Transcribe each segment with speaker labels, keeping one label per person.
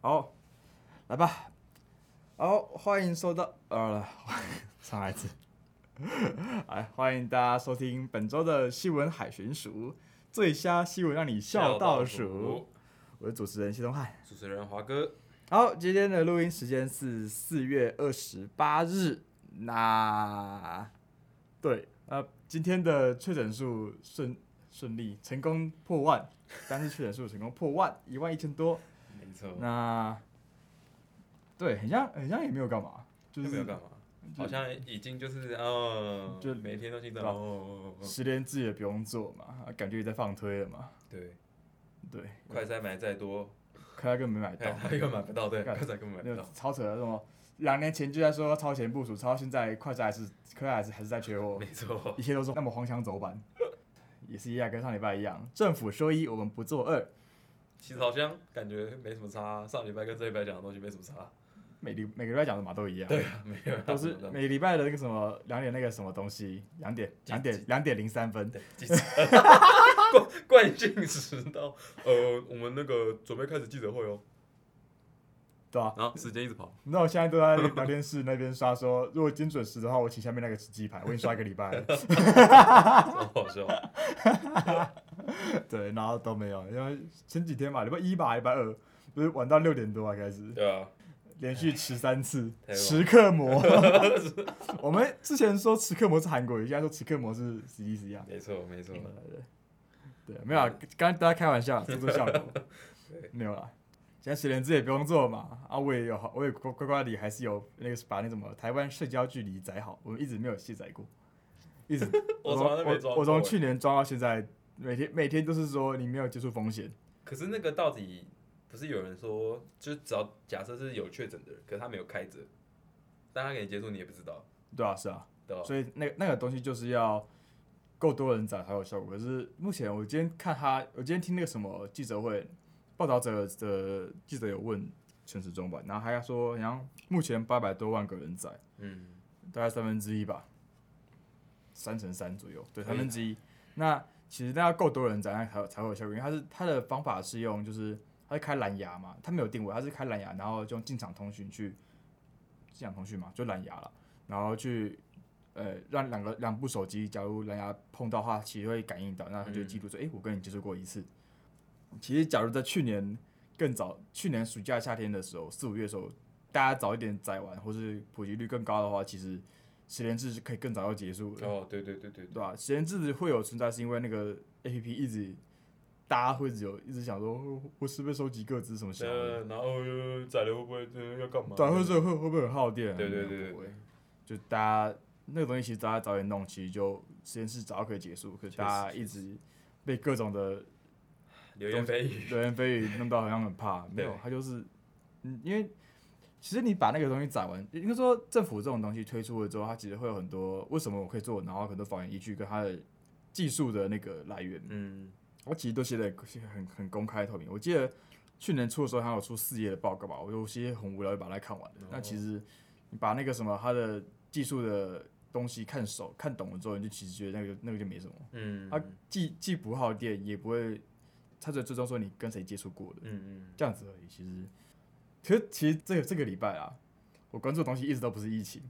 Speaker 1: 好，来吧。好，欢迎收到呃， 上来一次。 哎，欢迎大家收听本周的新闻海巡署最瞎新闻，让你笑到数。，我是主持人谢东汉。
Speaker 2: 主持人华哥，
Speaker 1: 好，今天的录音时间是四月二十八日。那对，呃，今天的确诊数顺顺利成功破万，单日确诊数成功破万，一万一千多。
Speaker 2: 没错
Speaker 1: 那对，很像很像也没有干嘛，就
Speaker 2: 就是没有干嘛，好像已经就是哦，
Speaker 1: 就
Speaker 2: 每天都听到
Speaker 1: 对啊
Speaker 2: 哦，哦哦哦
Speaker 1: 十连字也不用做嘛，啊感觉也在放推了嘛。
Speaker 2: 对，
Speaker 1: 对，
Speaker 2: 快餐买再多，
Speaker 1: 可他根本没买 到，
Speaker 2: 还还有买不到，对，
Speaker 1: 干
Speaker 2: 快餐根本买
Speaker 1: 那
Speaker 2: 不
Speaker 1: 个
Speaker 2: 到，
Speaker 1: 超扯的，什么两年前就在说超前部署，超到现在快餐还是快餐还是还是在缺货，
Speaker 2: 没错，
Speaker 1: 一切都是那么荒腔走板， 也是一样，跟上礼拜一样，政府说一，我们不做二，
Speaker 2: 其实好像感觉没什么差，上礼拜跟这礼拜讲的东西没什么差，
Speaker 1: 每礼每个礼拜讲的嘛都一样，
Speaker 2: 对啊，没有
Speaker 1: 都是
Speaker 2: 没
Speaker 1: 每礼拜的那个什么两点那个什么东西，两点两点两点零三分，
Speaker 2: 对，记者惯惯性迟到，呃，我们那个准备开始记者会哦，
Speaker 1: 对吧、
Speaker 2: 然后时间一直跑，
Speaker 1: 你知道我现在都在聊天室那边刷说，如果今天准时的话，我请下面那个吃鸡排，我已经刷一个礼拜了。
Speaker 2: 好好笑，
Speaker 1: 对，然后都没有，因为前几天嘛，礼拜一吧，礼拜二，不是玩到六点多啊，开始
Speaker 2: 对啊，
Speaker 1: 连续吃三次
Speaker 2: 太棒了
Speaker 1: 迟刻 魔。我们之前说迟刻魔是韩国语，现在说迟刻魔是 C D C 啊。
Speaker 2: 没错没错，
Speaker 1: 对，没有啊，刚刚大家开玩笑，制作效果
Speaker 2: 对，
Speaker 1: 没有啦。啊现在十连字也不用做嘛，啊，我也有好，我也乖乖乖地还是有那个把那什么台湾社交距离载好，我们一直没有卸载过，一直
Speaker 2: 我
Speaker 1: 从
Speaker 2: 从来都没装
Speaker 1: 我
Speaker 2: 过
Speaker 1: 我从
Speaker 2: 欸
Speaker 1: 去年装到现在，每天每天都是说你没有接触风险，
Speaker 2: 可是那个到底不是有人说，就只要假设是有确诊的人，可是他没有开着，但他给你接触你也不知道，
Speaker 1: 对啊，是啊，
Speaker 2: 对吧？
Speaker 1: 所以那那个东西就是要够多人载才有效果。可是目前我今天看他，我今天听那个什么记者会，报道者的记者有问陈时中吧，然后他说，然后目前八百多万个人载，
Speaker 2: 嗯，
Speaker 1: 大概三分之一吧，三乘三左右，对，
Speaker 2: 可以
Speaker 1: 三
Speaker 2: 啊
Speaker 1: 分之一。那其实那要够多人载，那才有才会有效果。因为它是它的方法是用，就是它是开蓝牙嘛，它没有定位，它是开蓝牙，然后就用进场通讯去进场通讯嘛，就蓝牙了，然后去呃让两个两部手机，假如蓝牙碰到的话，其实会感应到，那它就会
Speaker 2: 嗯
Speaker 1: 记录说，诶，我跟你接触过一次。其实假如在去年更早，去年暑假夏天的时候，四五月的时候，大家早一点载完，或是普及率更高的话，其实十连制是可以更早就结束的。
Speaker 2: 哦，对对对对
Speaker 1: 对吧、实验制会有存在，是因为那个 A P P 一直大家会只有一直想说，哦我是不是收集个资什么小
Speaker 2: 对，
Speaker 1: 的，
Speaker 2: 呃，然后呃宰了会不会呃要干嘛？
Speaker 1: 对啊，或者会会不会很耗电啊？
Speaker 2: 对对对
Speaker 1: 没有
Speaker 2: 对
Speaker 1: 不会就大家那个东西，其实大家早点弄，其实就实验室早可以结束。可是
Speaker 2: 确实
Speaker 1: 大家一直被各种的
Speaker 2: 流言蜚语，
Speaker 1: 流言蜚语弄到好像很怕，没有
Speaker 2: 对，
Speaker 1: 它就是，嗯，因为其实你把那个东西载完，应该说政府这种东西推出了之后，它其实会有很多为什么我可以做，然后很多法源依据跟它的技术的那个来源。
Speaker 2: 嗯，
Speaker 1: 我其实都写的很很公开透明。我记得去年初的时候，他有出四页的报告吧，我有些很无聊就把它看完了。
Speaker 2: 哦
Speaker 1: 那其实你把那个什么他的技术的东西看熟看懂了之后，你就其实觉得那个那个就没什么，
Speaker 2: 嗯，
Speaker 1: 它既既不耗电，也不会，它只最终说你跟谁接触过的
Speaker 2: 嗯嗯，
Speaker 1: 这样子而已。其实，可是其实这个这个礼拜啊，我关注的东西一直都不是疫情，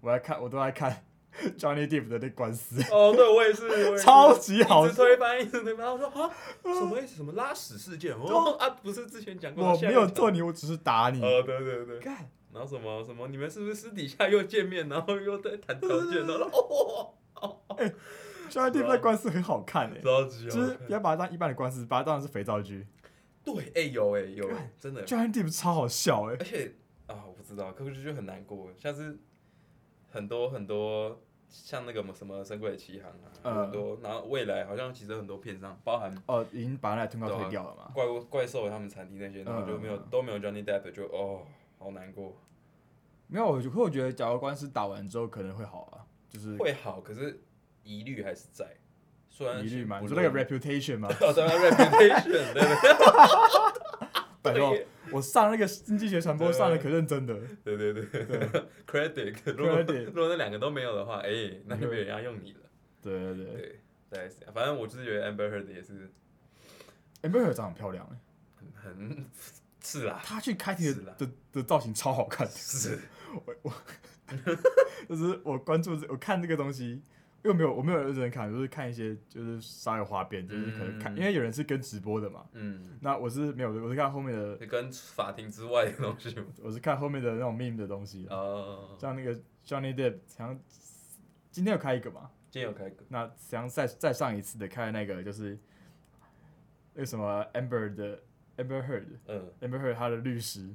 Speaker 1: 我在看我都在看 Johnny Depp 的那官司，
Speaker 2: 哦，对我也是，我也是
Speaker 1: 超级好
Speaker 2: 一直推翻，一直推翻，我说啊，什么意思？什么拉屎事件？哦啊，不是之前讲过，
Speaker 1: 我
Speaker 2: 现在
Speaker 1: 没有
Speaker 2: 讲
Speaker 1: 做，你，我只是打你。
Speaker 2: 哦，对对对。
Speaker 1: 干
Speaker 2: 然后什么什么，你们是不是私底下又见面，然后又在谈条 件，然后哦，
Speaker 1: 现在地方官司很好啊看诶、
Speaker 2: 超级
Speaker 1: 啊
Speaker 2: 好
Speaker 1: 欸就是
Speaker 2: 看
Speaker 1: 不要把它当一般的官司，把它当成是肥皂剧。
Speaker 2: 对，哎、有哎、有、
Speaker 1: 干
Speaker 2: 欸，真的，
Speaker 1: 就算地 p 超好笑欸诶、
Speaker 2: 而且啊，我不知道，可是就很难过，像是很多很多像那个什么《神鬼奇航》啊，
Speaker 1: 呃
Speaker 2: 很多，然后未来好像其实很多片商，包含
Speaker 1: 哦，已经把那通告退掉了嘛？
Speaker 2: 怪物怪兽他们餐厅那些，然后就没有、
Speaker 1: 嗯
Speaker 2: 都没有 Johnny Depp，就哦，好难过，
Speaker 1: 没有，我就我觉得，假如官司打完之后可能会啊好啊，就是
Speaker 2: 会好，可是疑虑还是在，虽然
Speaker 1: 疑虑嘛。
Speaker 2: 不
Speaker 1: 你说那个
Speaker 2: 论，
Speaker 1: reputation 嘛
Speaker 2: 哦对啊 reputation，对对
Speaker 1: 拜托，我上那个经济学传播
Speaker 2: 对
Speaker 1: 上的可认真的，
Speaker 2: 对 对对对 credit，如果
Speaker 1: Credit
Speaker 2: 如果那两个都没有的话，哎、那就没有人要用你了。
Speaker 1: 对对对。
Speaker 2: 对，大概是这样。反正我就是觉得 Amber Heard 也是
Speaker 1: 哎 Amber Heard 长得很漂亮、欸，
Speaker 2: 很很是啦，
Speaker 1: 他去开题
Speaker 2: 是
Speaker 1: 的
Speaker 2: 啦
Speaker 1: 的的造型超好看的，
Speaker 2: 是
Speaker 1: 就是我关注这我看这个东西，因为没有我没有认真看，就是看一些就是稍微花边，就是可能看，
Speaker 2: 嗯
Speaker 1: 因为有人是跟直播的嘛，
Speaker 2: 嗯，
Speaker 1: 那我是没有，我是看后面的，
Speaker 2: 跟法庭之外的东西吗
Speaker 1: 我是看后面的那种 meme 的东西，啊
Speaker 2: 哦，
Speaker 1: 像那个 Johnny Depp，像今天有开一个嘛，
Speaker 2: 今天有开个，
Speaker 1: 那像再再上一次的开的那个就是那个什么 Amber 的 Amber Heard。
Speaker 2: 嗯，
Speaker 1: Amber Heard 他的律师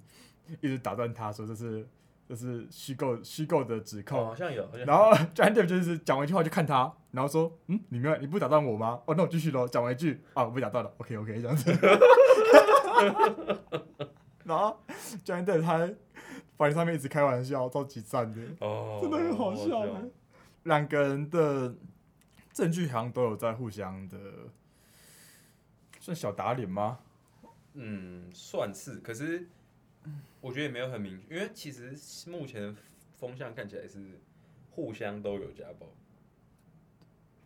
Speaker 1: 一直打断他说这是这是虚构虚构的指
Speaker 2: 哦，
Speaker 1: 控，
Speaker 2: 好像有，好像有
Speaker 1: 然后 John Depp 就是讲完一句话就看他，然后说嗯你没有你不打断我吗？哦那我继续咯，讲完一句啊我被打断了，OK OK 这样子， 然后 John Depp 他法庭上面一直开玩笑，超级赞的，
Speaker 2: 哦，
Speaker 1: 真的很好笑
Speaker 2: 哦
Speaker 1: 哎、两个人的证据好像都有在互相的算小打脸吗？
Speaker 2: 嗯，算是，可是我觉得也没有很明确，因为其实目前风向看起来是互相都有家暴，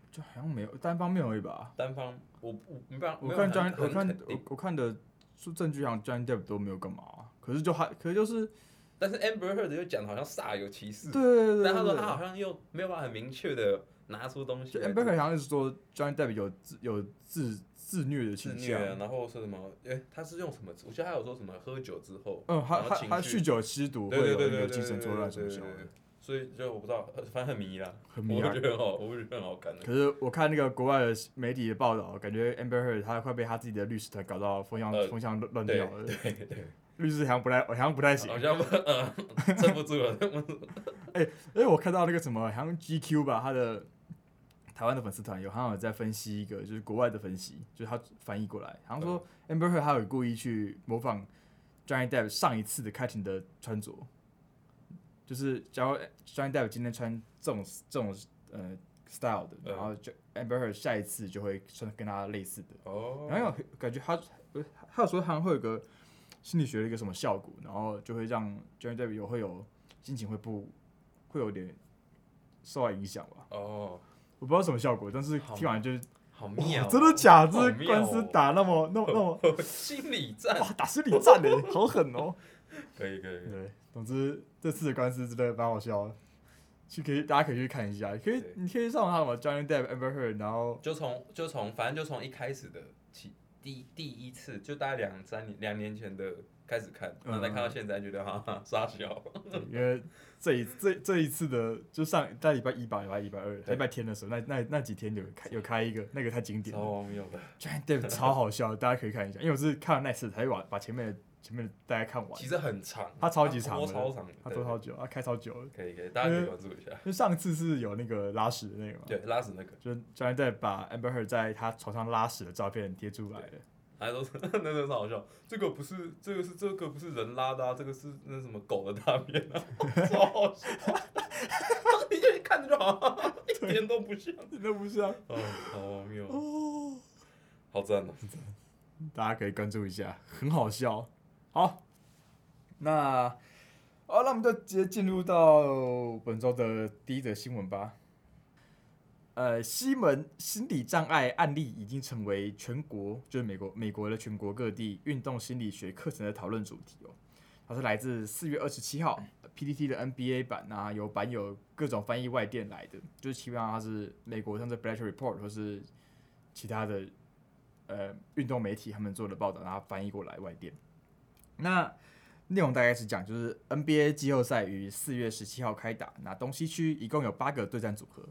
Speaker 1: 就好像没有单方面而已吧。
Speaker 2: 单方我我没办法，
Speaker 1: 我
Speaker 2: 没有
Speaker 1: 看
Speaker 2: 很
Speaker 1: John，我
Speaker 2: 很
Speaker 1: 看
Speaker 2: 肯
Speaker 1: 我
Speaker 2: 定，
Speaker 1: 我看的数证据好像 John Depp 都没有干嘛、可是就还，可是就是
Speaker 2: 但是 Amber Heard 又讲得好像煞有其事
Speaker 1: 对，对对
Speaker 2: 但他
Speaker 1: 对
Speaker 2: 说
Speaker 1: 对
Speaker 2: 他好像又没有办法很明确的拿出东西
Speaker 1: 就
Speaker 2: 来
Speaker 1: Amber Heard 好像是说 John Depp 有自有自自虐的
Speaker 2: 自
Speaker 1: 倾
Speaker 2: 虐
Speaker 1: 向，
Speaker 2: 啊，然后说什么？哎、他是用什么字？我记得他有说什么喝酒之后，
Speaker 1: 嗯，他
Speaker 2: 然后
Speaker 1: 他
Speaker 2: 情
Speaker 1: 他
Speaker 2: 绪
Speaker 1: 酗酒吸毒会
Speaker 2: 对对
Speaker 1: 有
Speaker 2: 对
Speaker 1: 那
Speaker 2: 对
Speaker 1: 个
Speaker 2: 对
Speaker 1: 精神错乱什么
Speaker 2: 对
Speaker 1: 小
Speaker 2: 对
Speaker 1: 的
Speaker 2: 对，所以就我不知道，呃反正很迷啦，
Speaker 1: 很迷啊
Speaker 2: 我。觉得很好，我觉得很好看的。
Speaker 1: 可是我看那个国外的媒体的报道，感觉 Amber Heard 他快被他自己的律师团搞到风向
Speaker 2: 呃
Speaker 1: 风向乱乱
Speaker 2: 对
Speaker 1: 掉了，
Speaker 2: 对对，
Speaker 1: 律师好像不太好像不太行。
Speaker 2: 好像不呃撑不住 了，
Speaker 1: 因为我看到那个什么，好像 GQ 吧，他的台湾的粉丝团有好像有在分析一个，就是国外的分析，就是他翻译过来，好像说 Amber Heard 他有故意去模仿 Johnny Depp 上一次的开庭的穿着，就是假如 Johnny Depp 今天穿这种这种呃 style 的，
Speaker 2: 嗯
Speaker 1: 然后就 Amber Heard 下一次就会穿跟他类似的，
Speaker 2: 哦，
Speaker 1: 然后有感觉他呃他有说好像会有个心理学的一个什么效果，然后就会让 Johnny Depp 有会有心情会不会有点受到影响吧？
Speaker 2: 哦，
Speaker 1: 我不知道什么效果，但是
Speaker 2: 好
Speaker 1: 听完就是、
Speaker 2: 好
Speaker 1: 哇
Speaker 2: 妙哦，
Speaker 1: 真的假的？
Speaker 2: 好
Speaker 1: 这
Speaker 2: 妙
Speaker 1: 官司打那么那么那
Speaker 2: 哦
Speaker 1: 么
Speaker 2: 心理战，
Speaker 1: 哇，打心理战嘞，好狠哦！
Speaker 2: 可以可以，可以
Speaker 1: 对，总之这次的官司真的蛮好笑的，去可以大家可以去看一下，可以
Speaker 2: 对
Speaker 1: 你可以上网看嘛，Johnny Depp Amber Heard，然后
Speaker 2: 就从就从反正就从一开始的起第第一次，就大概两三年两年前的开始看，然后再
Speaker 1: 嗯
Speaker 2: 看到现在，觉得哈哈傻笑，
Speaker 1: 对因为这一这这一次的，就上在礼拜一吧，礼拜一、礼拜二、
Speaker 2: 对
Speaker 1: 礼拜天的时候，那那那几天有开有开一个，那个太经典
Speaker 2: 超
Speaker 1: 了
Speaker 2: 荒谬的。
Speaker 1: ，Johnny Depp 超好笑，大家可以看一下，因为我是看了那次才把把前面的前面的大家看完
Speaker 2: 其，实很长，
Speaker 1: 它超级长的
Speaker 2: 它拖超长的，
Speaker 1: 他
Speaker 2: 对
Speaker 1: 多超嗯久，他开超久了，
Speaker 2: 可以可以，大家可以关注一下。
Speaker 1: 因为上次是有那个拉屎的那个嘛，
Speaker 2: 对，拉屎那个，
Speaker 1: 就是 Johnny Depp 把 Amber Heard 在他床上拉屎的照片贴出来的，
Speaker 2: 还都是 那真的超好笑。这个不是，这个是这个不是人拉的、啊，这个是那什么狗的大便啊， 超好笑。 你就看着就好，一点都不 像。
Speaker 1: 真的不是啊，
Speaker 2: 哦，好荒谬，
Speaker 1: 哦，
Speaker 2: 好赞哦！
Speaker 1: 大家可以关注一下， 很好笑。好，那哦，那我们就直接进入到本周的第一则新闻吧。呃，西门心理障碍案例已经成为全国，就是美国美国的全国各地运动心理学课程的讨论主题哦。它是来自四月二十七号 PTT 的 NBA 版啊，有版有各种翻译外电来的，就是基本上它是美国像是 Black Report 或是其他的呃运动媒体他们做的报道，然后翻译过来外电。那内容大概是讲，就是 NBA 季后赛于四月十七号开打，那东西区一共有八个对战组合，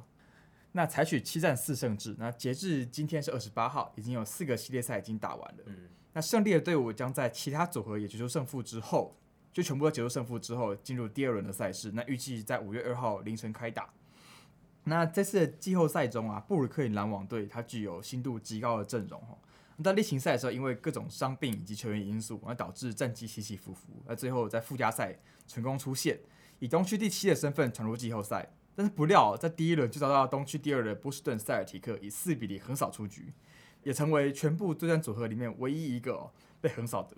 Speaker 1: 那采取七战四胜制，那截至今天是二十八号，已经有四个系列赛已经打完了。
Speaker 2: 嗯，
Speaker 1: 那胜利的队伍将在其他组合也决出胜负之后，就全部都结束胜负之后，进入第二轮的赛事。那预计在五月二号凌晨开打。那这次的季后赛中啊，布鲁克林篮网队它具有新度极高的阵容哦。在例行赛的时候，因为各种伤病以及球员因素，而导致战绩起起伏伏。那最后在附加赛成功出线，以东区第七的身份闯入季后赛。但是不料在第一轮就遭到东区第二的波士顿塞尔提克以四比零横扫出局。也成为全部对战组合里面唯一一个、哦被横扫的。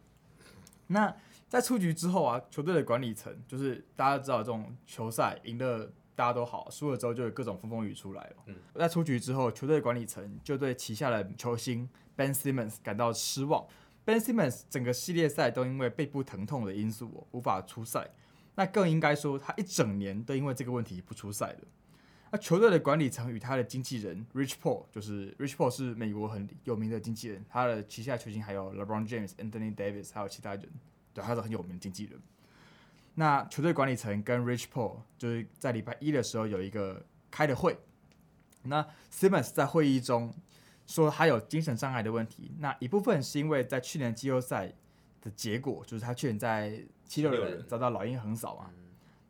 Speaker 1: 那在出局之后啊，球队的管理层就是大家知道这种球赛赢了大家都好，输了之后就有各种风风雨出来了。
Speaker 2: 嗯
Speaker 1: 在出局之后，球队管理层就对旗下的球星 Ben Simmons 感到失望， Ben Simmons 整个系列赛都因为背部疼痛的因素、哦、无法出赛，那更应该说他一整年都因为这个问题不出赛了。那球队的管理层与他的经纪人 Rich Paul，就是 Rich Paul 是美国很有名的经纪人，他的旗下球星还有 LeBron James、Anthony Davis，还有其他人，对，他是很有名的经纪人。那球队管理层跟 Rich Paul 就是在礼拜一的时候有一个开的会，那 Simmons 在会议中说他有精神障碍的问题，那一部分是因为在去年季后赛的结果，就是他去年在七六
Speaker 2: 七六
Speaker 1: 人
Speaker 2: 人嗯
Speaker 1: 遭到老鹰横扫嘛，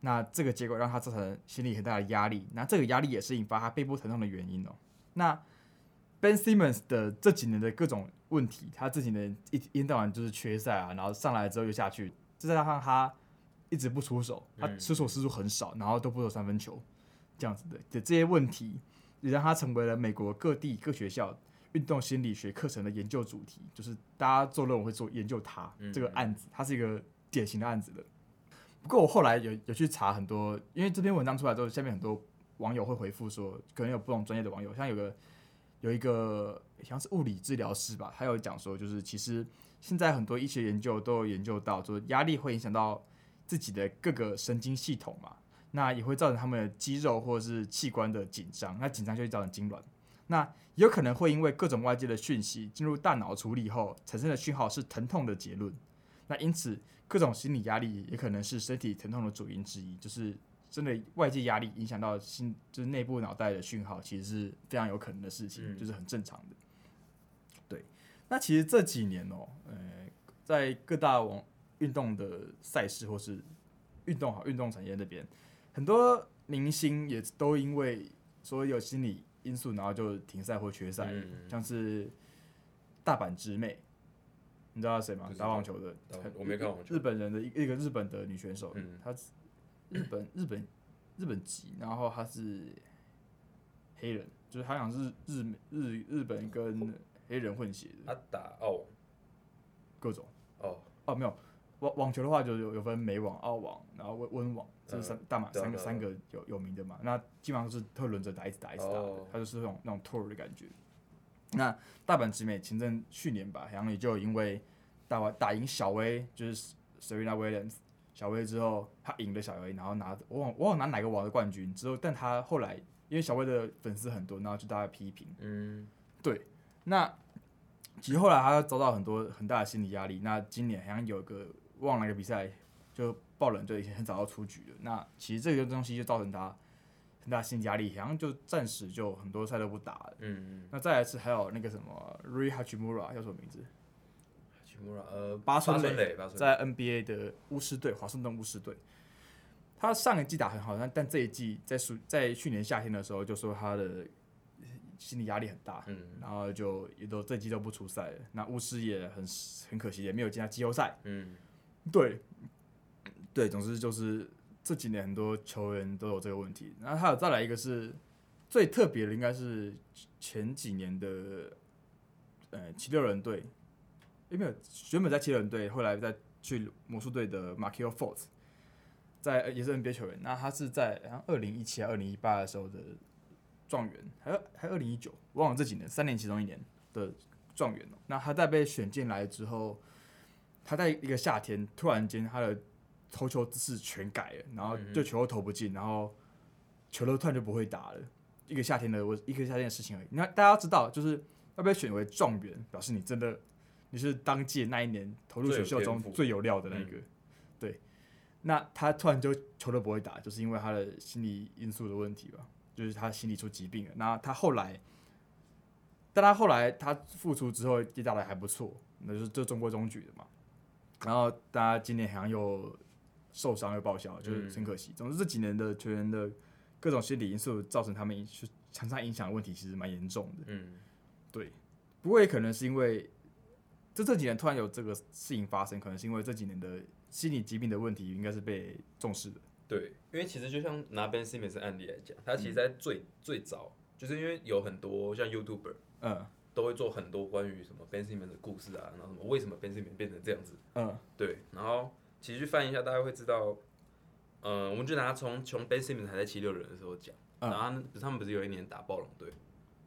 Speaker 1: 那这个结果让他造成心理很大的压力，那这个压力也是引发他背部疼痛的原因哦。那 Ben Simmons 的这几年的各种问题，他这几年一一天到晚就是缺赛啊，然后上来之后又下去，再加上他一直不出手，他
Speaker 2: 嗯
Speaker 1: 出手次数很少，然后都不投三分球，这样子的的这些问题，也让他成为了美国各地各学校运动心理学课程的研究主题，就是大家做论文会做研究他、
Speaker 2: 嗯
Speaker 1: 这个
Speaker 2: 嗯
Speaker 1: 案子，它是一个典型的案子了。不过我后来有有去查很多，因为这篇文章出来之后，下面很多网友会回复说，可能有不同专业的网友，像有个有一个好像是物理治疗师吧，他有讲说，就是其实现在很多医学研究都有研究到，说压力会影响到自己的各个神经系统嘛，那也会造成他们的肌肉或者是器官的紧张，那紧张就会造成痉挛。那也有可能会因为各种外界的讯息进入大脑处理后，产生的讯号是疼痛的结论。那因此，各种心理压力也可能是身体疼痛的主因之一，就是真的外界压力影响到心，就是内部脑袋的讯号，其实是非常有可能的事情，
Speaker 2: 嗯
Speaker 1: 就是很正常的。对，那其实这几年哦、呃，在各大网运动的赛事或是运动好运动产业那边，很多明星也都因为说有心理因素，然后就停赛或缺赛，
Speaker 2: 嗯
Speaker 1: 像是大阪直美，你知道谁吗
Speaker 2: 不？知道
Speaker 1: 打网球的
Speaker 2: 打网， 我没看网球
Speaker 1: 日本人的一一个日本的女选手，
Speaker 2: 嗯
Speaker 1: 她是日本日本日本籍，然后她是黑人，就是她好像是日日日本跟黑人混血的
Speaker 2: 啊打澳
Speaker 1: 各种。
Speaker 2: 哦，
Speaker 1: 哦，没有，网网球的话就有有分美网、澳网，然后温温网，这是三大马
Speaker 2: 对啊
Speaker 1: 三个
Speaker 2: 对啊
Speaker 1: 三个有有名的嘛。那基本上是会轮着打，一直打，一直打的
Speaker 2: 哦，
Speaker 1: 它就是那种那种 tour 的感觉。那大阪直美前阵去年吧，好像也就因为打完打赢小威，就是 Serena Williams 小威之后，她赢了小威，然后拿我忘我忘了拿哪个网的冠军之后，但她后来因为小威的粉丝很多，然后就大家批评。
Speaker 2: 嗯，
Speaker 1: 那其实后来他遭到很多很大的心理压力。那今年好像有一个忘了一个比赛，就爆冷队已经很早要出局了。那其实这个东西就造成他很大的心理压力，好像就暂时就很多赛都不打了。
Speaker 2: 嗯，
Speaker 1: 那再来是还有那个什么 Rui Hachimura 叫什么名字？
Speaker 2: 曲穆拉呃
Speaker 1: 八村
Speaker 2: 村
Speaker 1: 垒
Speaker 2: 垒，八村垒
Speaker 1: 在 NBA 的巫师队，华盛顿巫师队。他上一季打很好，但但这一季在暑在去年夏天的时候就说他的心理压力很大，
Speaker 2: 嗯
Speaker 1: 然后就也都这季都不出赛了。那巫师也很很可惜，也没有进到季后赛。
Speaker 2: 嗯
Speaker 1: 对，对，总之就是这几年很多球员都有这个问题。然后还有再来一个是最特别的，应该是前几年的呃七六人队，因为原本在七六人队，后来再去魔术队的 m a r k i o f o r t 在呃也是 NBA 球员。那他是在好像二零一七、二零一八的时候的状元，还有还二零一九，忘了这几年三年其中一年的状元哦。那他在被选进来之后，他在一个夏天突然间他的投球姿势全改了，然后
Speaker 2: 嗯哼
Speaker 1: 就球都投不进，然后球都突然就不会打了。一个夏天的我一个夏天的事情而已。那大家知道，就是要被选为状元，表示你真的你是当届那一年投入选秀
Speaker 2: 最有
Speaker 1: 中
Speaker 2: 天赋
Speaker 1: 最有料的那个。对，那他突然就球都不会打，就是因为他的心理因素的问题吧，就是他心理出疾病了。那他后来，但他后来他复出之后也打得还不错，那就是就中规中矩的嘛。然后大家今年好像又受伤又报销，就是很可惜。总之这几年的球员的各种心理因素造成他们去场上影响的问题，其实蛮严重的。
Speaker 2: 嗯
Speaker 1: 对，不过也可能是因为这这几年突然有这个事情发生，可能是因为这几年的心理疾病的问题应该是被重视的。
Speaker 2: 对，因为其实就像拿 Ben Simmons 的案例来讲，他其实在最、最早就是因为有很多像 YouTuber
Speaker 1: 嗯
Speaker 2: 都会做很多关于什么 Ben Simmons 的故事啊，然后什么为什么 Ben Simmons 变成这样子，
Speaker 1: 嗯
Speaker 2: 对，然后其实去翻一下，大家会知道，呃，我们就拿从从 Ben Simmons 还在七六人的时候讲，
Speaker 1: 嗯
Speaker 2: 然后他们他们不是有一年打暴龙队，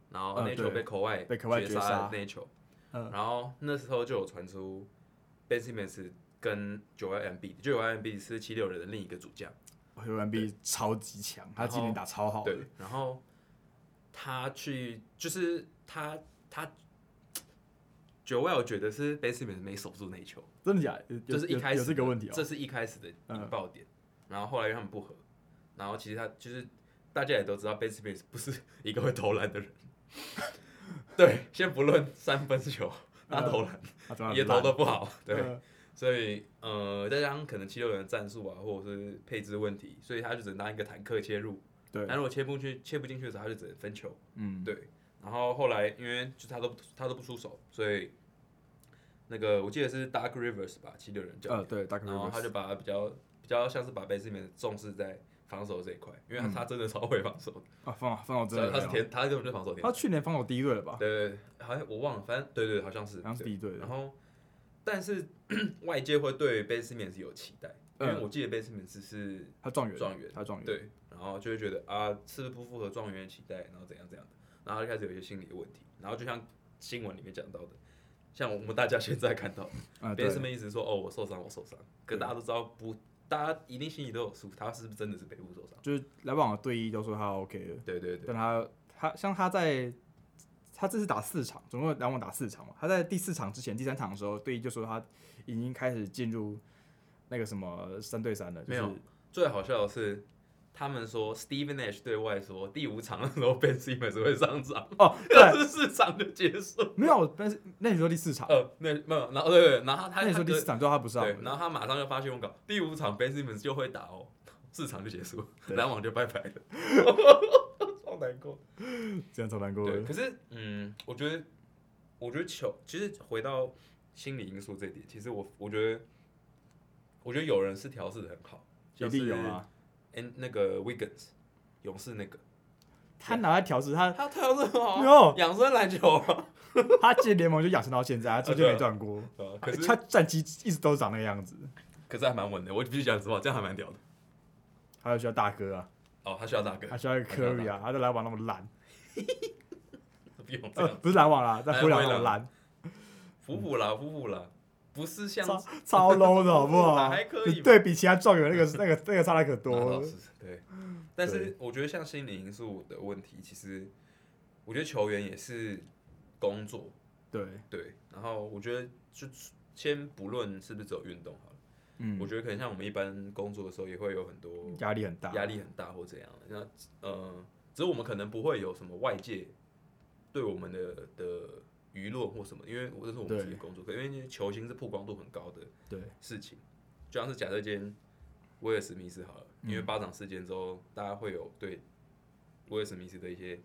Speaker 2: 然后
Speaker 1: 嗯
Speaker 2: 那一球
Speaker 1: 对
Speaker 2: 被口外
Speaker 1: 被 Kawhi 绝杀
Speaker 2: 那一球，
Speaker 1: 嗯
Speaker 2: 然后那时候就有传出 Ben Simmons 跟九 Y M B，九 Y M B 是七六人的另一个主将，
Speaker 1: 哦球员臂超级强，他今年打超好的
Speaker 2: 对，，然后他去就是他他九 Y 我觉得是 Ben Simmons 没守住那一球，
Speaker 1: 真的假的？有
Speaker 2: 就是一
Speaker 1: 有
Speaker 2: 开始
Speaker 1: 有这个问题哦
Speaker 2: 这，是一开始的引爆点，然后后来他们不和，然后其实他就是大家也都知道 Ben Simmons 不是 一个会投篮的人， 对，先不论三分球，
Speaker 1: 嗯
Speaker 2: 他投篮、
Speaker 1: 他怎么
Speaker 2: 也投的不好， 对，
Speaker 1: 呃
Speaker 2: 所以呃再加上可能七六人的战术啊或者是配置问题，所以他就只能当一个坦克切入，
Speaker 1: 对，
Speaker 2: 但如果切不去切不进去的时候，他就只能分球。
Speaker 1: 嗯，
Speaker 2: 对，然后后来因为就是他都不他都不出手，所以那个我记得是 Dark Rivers 吧，七六人教
Speaker 1: 呃，
Speaker 2: 练，
Speaker 1: 对，大概
Speaker 2: 然后他就把他比较比较像是把 b a s e m a n 重视在防守这一块，因为他、
Speaker 1: 嗯
Speaker 2: 他真的超会防守，
Speaker 1: 啊，放放我
Speaker 2: 只
Speaker 1: 真
Speaker 2: 要
Speaker 1: 的
Speaker 2: 他是
Speaker 1: 没有
Speaker 2: 天他根本就防守天
Speaker 1: 他，去年放我第一队了吧？
Speaker 2: 对对对，好像我忘了，反正对对好像是
Speaker 1: 好，像是
Speaker 2: 对
Speaker 1: 第一队的
Speaker 2: 然，后但是 外界会对 b a s e m a n 是有期待，因为
Speaker 1: 嗯
Speaker 2: 我记得 b a s e m a n 是
Speaker 1: 他状元，
Speaker 2: 状元
Speaker 1: 他状元，
Speaker 2: 对，然后就会觉得啊，是不是不符合状元的期待，然后怎样怎样的，然后就开始有一些心理的问题。然后就像新闻里面讲到的，像我们大家现在看到，
Speaker 1: 嗯，
Speaker 2: 别
Speaker 1: 对
Speaker 2: 人，们一直说哦我受伤我受伤，可
Speaker 1: 对
Speaker 2: 大家都知道不，大家一定心里都有数，他是不是真的是背部受伤？
Speaker 1: 就是来往的队医都说他 OK 的，
Speaker 2: 对对对，
Speaker 1: 但他他像他在他这次打四场，总共来往打四场嘛，他在第四场之前，第三场的时候，队医就说他已经开始进入那个什么三对三了，就
Speaker 2: 没有
Speaker 1: 是
Speaker 2: 最好笑的是。他们说 Steven Nash 对外说第五场的时候 Ben Simmons 会上场，
Speaker 1: 哦，
Speaker 2: 但
Speaker 1: 对，
Speaker 2: 是四场就结束。
Speaker 1: 没有，但是那你说第四场，
Speaker 2: 呃，那没有，然后对对，对然后他
Speaker 1: 那
Speaker 2: 他
Speaker 1: 你说第
Speaker 2: 隔
Speaker 1: 四场之后他不上
Speaker 2: 对，
Speaker 1: 了，
Speaker 2: 然后他马上就发新闻稿，第五场 Ben Simmons 就会打哦，四场就结束，
Speaker 1: 对
Speaker 2: 篮网就拜拜了， 超难过。
Speaker 1: 这样超难过
Speaker 2: 对，
Speaker 1: 的，
Speaker 2: 可是嗯，我觉得，我觉得球其实回到心理因素这一点，其实我我觉得，我觉得有人是调试的很好，
Speaker 1: 一定有啊。。
Speaker 2: 嗯，那个 Wiggins 勇士那个，
Speaker 1: 他拿来调试他，
Speaker 2: 他调试很好
Speaker 1: 没
Speaker 2: 啊，
Speaker 1: 有，
Speaker 2: 养生篮球啊。
Speaker 1: 他进联盟就养成到现在，他中间没断过。
Speaker 2: 呃可是
Speaker 1: 啊他战绩一直都是长那个样子，
Speaker 2: 可是还蛮稳的，我必须讲实话，这样还蛮屌的。
Speaker 1: 他就需要大哥啊，
Speaker 2: 哦，他需要大哥
Speaker 1: 他，需要一个
Speaker 2: 他需要
Speaker 1: Curry 啊，他的篮网那么烂，
Speaker 2: 不用这
Speaker 1: 呃，
Speaker 2: 样，
Speaker 1: 不是篮网啦，在
Speaker 2: 哎
Speaker 1: 灰狼
Speaker 2: 灰
Speaker 1: 那么
Speaker 2: 狼
Speaker 1: 烂，
Speaker 2: 服服啦，服服啦，不是像
Speaker 1: 超超 low 的好不好？
Speaker 2: 还可以吧
Speaker 1: 你对比其他状元那个 那个那个差的可
Speaker 2: 那
Speaker 1: 多
Speaker 2: 倒
Speaker 1: 了
Speaker 2: 是。 对，但是我觉得像心理因素的问题，其实我觉得球员也是工作，
Speaker 1: 对，
Speaker 2: 对，然后我觉得就先不论是不是只有运动好了，我
Speaker 1: 嗯，
Speaker 2: 觉得可能像我们一般工作的时候也会有很多
Speaker 1: 压力很大，
Speaker 2: 压力很大或怎样的，那呃，只是我们可能不会有什么外界对我们的的舆论或什么，因为我这是我们自己的工作，可因为球星是曝光度很高的，
Speaker 1: 对，
Speaker 2: 事情，就像是假设今天威尔史密斯好了，因
Speaker 1: 嗯
Speaker 2: 为巴掌事件之后，大家会有对威尔史密斯的一些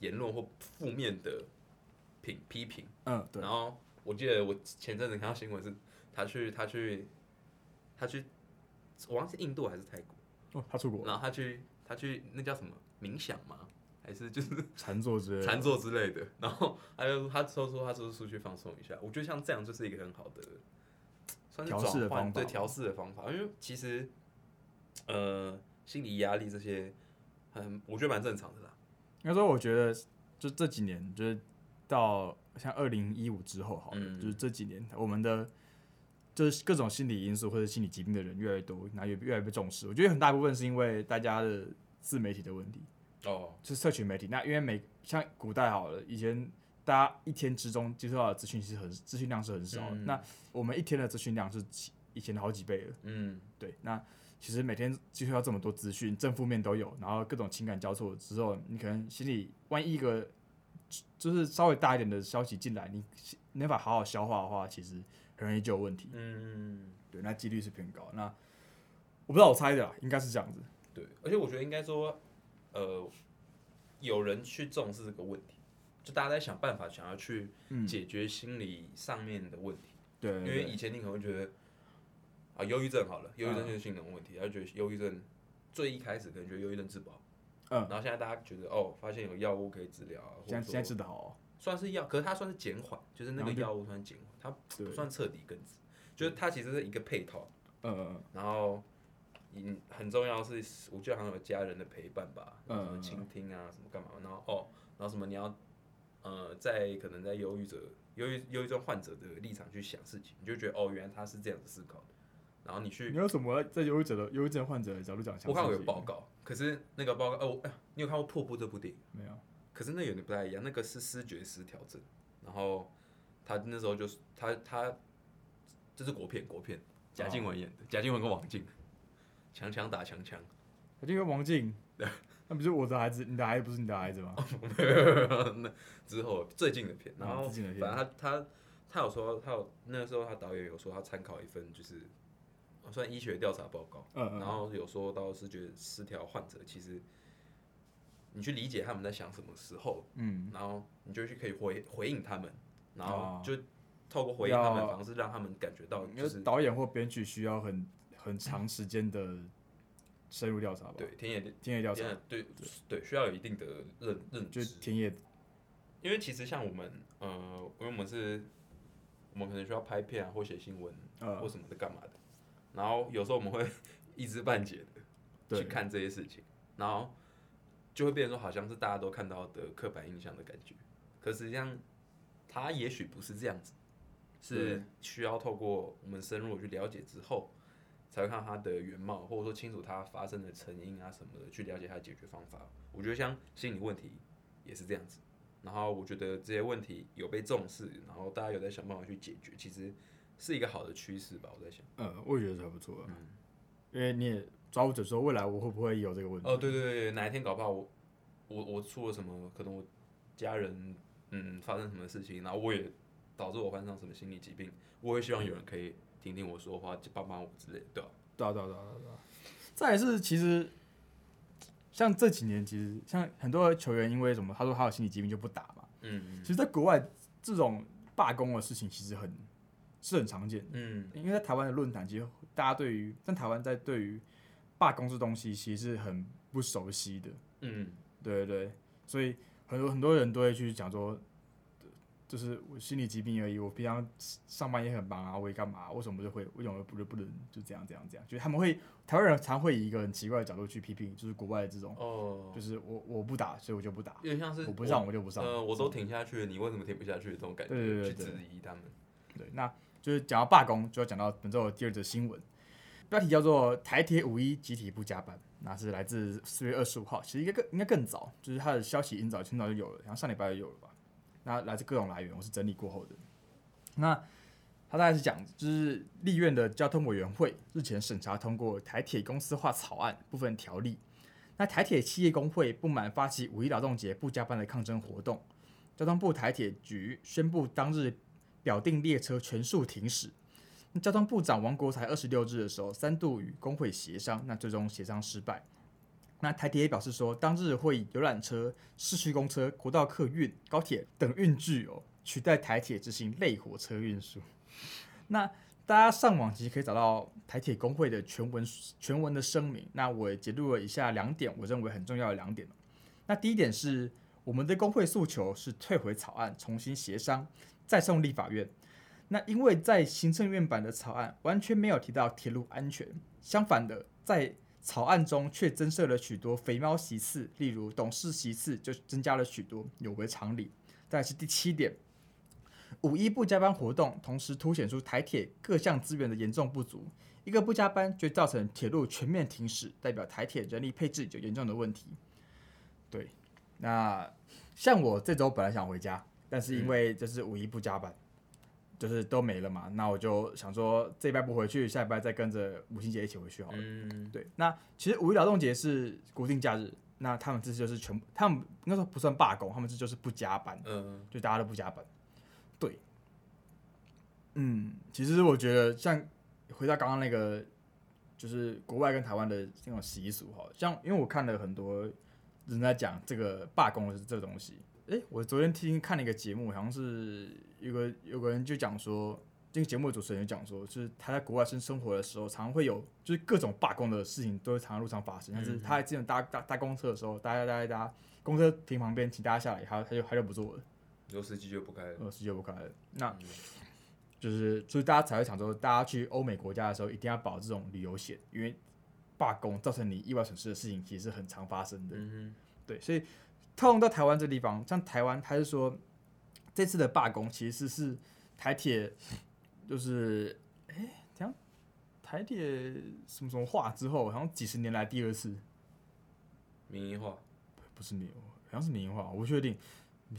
Speaker 2: 言论或负面的评批评。
Speaker 1: 嗯，对
Speaker 2: 然，后我记得我前阵子看到新闻是，他去他去他去，我忘记是印度还是泰国，
Speaker 1: 哦，他出国了，
Speaker 2: 然后他去他去那叫什么冥想吗？还是就是
Speaker 1: 禅坐之类的，
Speaker 2: 禅坐之类的，然后他就他说说他说出去放松一下，我觉得像这样就是一个很好的算是
Speaker 1: 调试的
Speaker 2: 转换
Speaker 1: 方法
Speaker 2: 对调试的方法，因为其实呃心理压力这些很我觉得蛮正常的啦，
Speaker 1: 应该说，我觉得就这几年，就是到像二零一五之后，好了，
Speaker 2: 嗯
Speaker 1: 就是这几年我们的就是各种心理因素或者心理疾病的人越来越多，然后也越来越被重视。我觉得很大一部分是因为大家的自媒体的问题，
Speaker 2: 哦，
Speaker 1: 就是社群媒体。那因为每像古代好了，以前大家一天之中接受到的资讯是很资讯量是很少的，
Speaker 2: 嗯
Speaker 1: 那我们一天的资讯量是几以前的好几倍了。
Speaker 2: 嗯，
Speaker 1: 对，那其实每天接触到这么多资讯，正负面都有，然后各种情感交错之后，你可能心里万一一个就是稍微大一点的消息进来，你没法好好消化的话，其实很容易就有问题。
Speaker 2: 嗯，
Speaker 1: 对，那几率是偏高。那我不知道，我猜的啦，啊应该是这样子。
Speaker 2: 对，而且我觉得应该说呃有人去重视这个问题，就大家在想办法想要去
Speaker 1: 嗯，
Speaker 2: 解决心理上面的问题。
Speaker 1: 对，
Speaker 2: 因为
Speaker 1: 对
Speaker 2: 以前你可能会觉得啊，忧郁症好了，忧郁症
Speaker 1: 嗯
Speaker 2: 就是心理问题，然后觉得忧郁症最一开始可能觉得忧郁症治不好，
Speaker 1: 嗯
Speaker 2: 然后现在大家觉得哦，发现有药物可以治疗啊，或
Speaker 1: 现在
Speaker 2: 者
Speaker 1: 现在
Speaker 2: 说
Speaker 1: 治得好、
Speaker 2: 算是药，可是它算是减缓，就是那
Speaker 1: 然
Speaker 2: 个
Speaker 1: 后就
Speaker 2: 药物算是减缓，它
Speaker 1: 哦对
Speaker 2: 不算彻底根治，就是它其实是一个配套，
Speaker 1: 呃，
Speaker 2: 然后。嗯，很重要是，我记得好像有家人的陪伴吧，
Speaker 1: 嗯
Speaker 2: 什么倾听啊，什么干嘛，然后哦，然后什么你要呃，在可能在忧郁者、忧郁忧郁症患者的立场去想事情，你就觉得哦，原来他是这样子思考的。然后你去
Speaker 1: 你有什么在忧郁者的忧郁症患者的角度讲？
Speaker 2: 我看过有报，告，可是那个报告，哦，我哎呀你有看过《破布》这部电影？
Speaker 1: 没有？
Speaker 2: 可是那有点不太一样，那个是视觉失调症。然后他那时候就是他他这是国片，国
Speaker 1: 哦
Speaker 2: 片贾静雯演的，贾静雯跟王静，强强打强强。
Speaker 1: 我就跟王 静，那不是我的孩子，你的孩子不是你的孩子吗？
Speaker 2: 那之后最近的片，
Speaker 1: 嗯
Speaker 2: 然后
Speaker 1: 最近的片
Speaker 2: 反正他他他有说，他有那个时候他导演有说他参考一份就是呃算医学调查报告，
Speaker 1: 嗯嗯
Speaker 2: 然后有说到是觉得失调患者其实你去理解他们在想什么时候，
Speaker 1: 嗯，
Speaker 2: 然后你就去可以回回应他们，然后
Speaker 1: 哦嗯
Speaker 2: 就透过回应他们的
Speaker 1: 要
Speaker 2: 方式让他们感觉到
Speaker 1: 因
Speaker 2: 哦就
Speaker 1: 为
Speaker 2: 是
Speaker 1: 导演或编剧需要很很长时间的深入调查吧？
Speaker 2: 对，田野
Speaker 1: 田野调查
Speaker 2: 田野对对需要有一定的认认
Speaker 1: 就
Speaker 2: 知，
Speaker 1: 是田野
Speaker 2: 因为其实像我们，呃，因为我们是，我们可能需要拍片啊，或写新闻，
Speaker 1: 呃
Speaker 2: 或什么的，干嘛的。然后有时候我们会 一知半解的
Speaker 1: 对
Speaker 2: 去看这些事情，然后就会变成说好像是大家都看到的刻板印象的感觉。可实际上，它也许不是这样子，是需要透过我们深入地去了解之后，才会看到它的原貌，或者说清楚它发生的成因啊什么的，去了解它的解决方法。我觉得像心理问题也是这样子。然后我觉得这些问题有被重视，然后大家有在想办法去解决，其实是一个好的趋势吧。我在想，
Speaker 1: 呃，我也觉得还不错啊，
Speaker 2: 嗯
Speaker 1: 因为你也抓不准说未来我会不会有这个问题。
Speaker 2: 哦，对对对，哪一天搞不好我我我出了什么，可能我家人嗯发生什么事情，然后我也导致我患上什么心理疾病，我也希望有人可以听听我说话，帮帮我之类的，对吧、
Speaker 1: 对啊，对啊，对啊，对啊对啊。再来是其实，像这几年，其实像很多球员因为什么，他说他有心理疾病就不打嘛。
Speaker 2: 嗯
Speaker 1: 其实，在国外这种罢工的事情其实很是很常见的，
Speaker 2: 嗯
Speaker 1: 因为在台湾的论坛，其实大家对于但台湾在对于罢工这东西其实是很不熟悉的，
Speaker 2: 嗯
Speaker 1: 对对对，所以很多很多人都会去讲说。就是我心理疾病而已，我平常上班也很忙啊，我也干嘛？为什么就会为什么不不能就这样这样这样？就是他们会台湾人常会以一个很奇怪的角度去批评，就是国外的这种，
Speaker 2: 哦
Speaker 1: 就，是我我不打，所以我就不打，
Speaker 2: 有点像是
Speaker 1: 我不上我就不上。
Speaker 2: 呃，我都挺下去了，你为什么挺不下去？这种感觉，
Speaker 1: 对对对
Speaker 2: 去
Speaker 1: 对
Speaker 2: 质疑他们，
Speaker 1: 对，那就是讲到罢工，就要讲到本周的第二则新闻，标题叫做“台铁五一集体不加班”，那是来自四月二十五号，其实应该更应该更早，就是它的消息很早很早就有了，然后上礼拜就有了吧。那来自各种来源，我是整理过后的。那它大概是讲，就是立院的交通委员会日前审查通过台铁公司化草案部分条例。那台铁企业工会不满发起五一劳动节不加班的抗争活动，交通部台铁局宣布当日表定列车全数停驶。那交通部长王国才二十六日的时候，三度与工会协商，那最终协商失败。那台铁也表示说，当日会以游览车、市区公车、国道客运、高铁等运具哦，取代台铁执行类火车运输。那大家上网其实可以找到台铁工会的全文全文的声明。那我也截录了以下两点，我认为很重要的两点哦。那第一点是，我们的工会诉求是退回草案，重新协商，再送立法院。那因为在行政院版的草案完全没有提到铁路安全，相反的，在草案中却增设了许多肥猫席次，例如董事席次就增加了许多，有违常理。再来是第七点，五一不加班活动，同时凸显出台铁各项资源的严重不足。一个不加班，就造成铁路全面停驶，代表台铁人力配置有严重的问题。对，那像我这周本来想回家，但是因为就是五一不加班，就是都没了嘛，那我就想说这一拜不回去，下一拜再跟着母亲节一起回去好了。
Speaker 2: 嗯
Speaker 1: 对，那其实五一劳动节是固定假日，那他们这次就是全部，他们应该说不算罢工，他们这就是不加班，
Speaker 2: 嗯。
Speaker 1: 就大家都不加班。对，嗯，其实我觉得像回到刚刚那个，就是国外跟台湾的那种习俗哈，像因为我看了很多人在讲这个罢工的这东西。诶，我昨天听看了一个节目，好像是有个有个人就讲说，这个节目的主持人就讲说，就是他在国外生生活的时候，常常会有就是各种罢工的事情都会常常路上发生。像是他之前搭搭搭公车的时候，搭搭搭搭，公车停旁边，请大家下来，他他就他就不坐了。
Speaker 2: 有司机就不开了。嗯
Speaker 1: 呃，世界不可能。那就是，所以大家才会想说，大家去欧美国家的时候一定要保这种旅游险，因为罢工造成你意外损失的事情其实是很常发生的。
Speaker 2: 嗯
Speaker 1: 对，所以套用到台湾这地方，像台湾，他是说这次的罢工其实是台铁，就是哎，怎样？台铁什么什么化之后，好像几十年来第二次，
Speaker 2: 民营化，
Speaker 1: 不是民，好像是民营化，我不确定。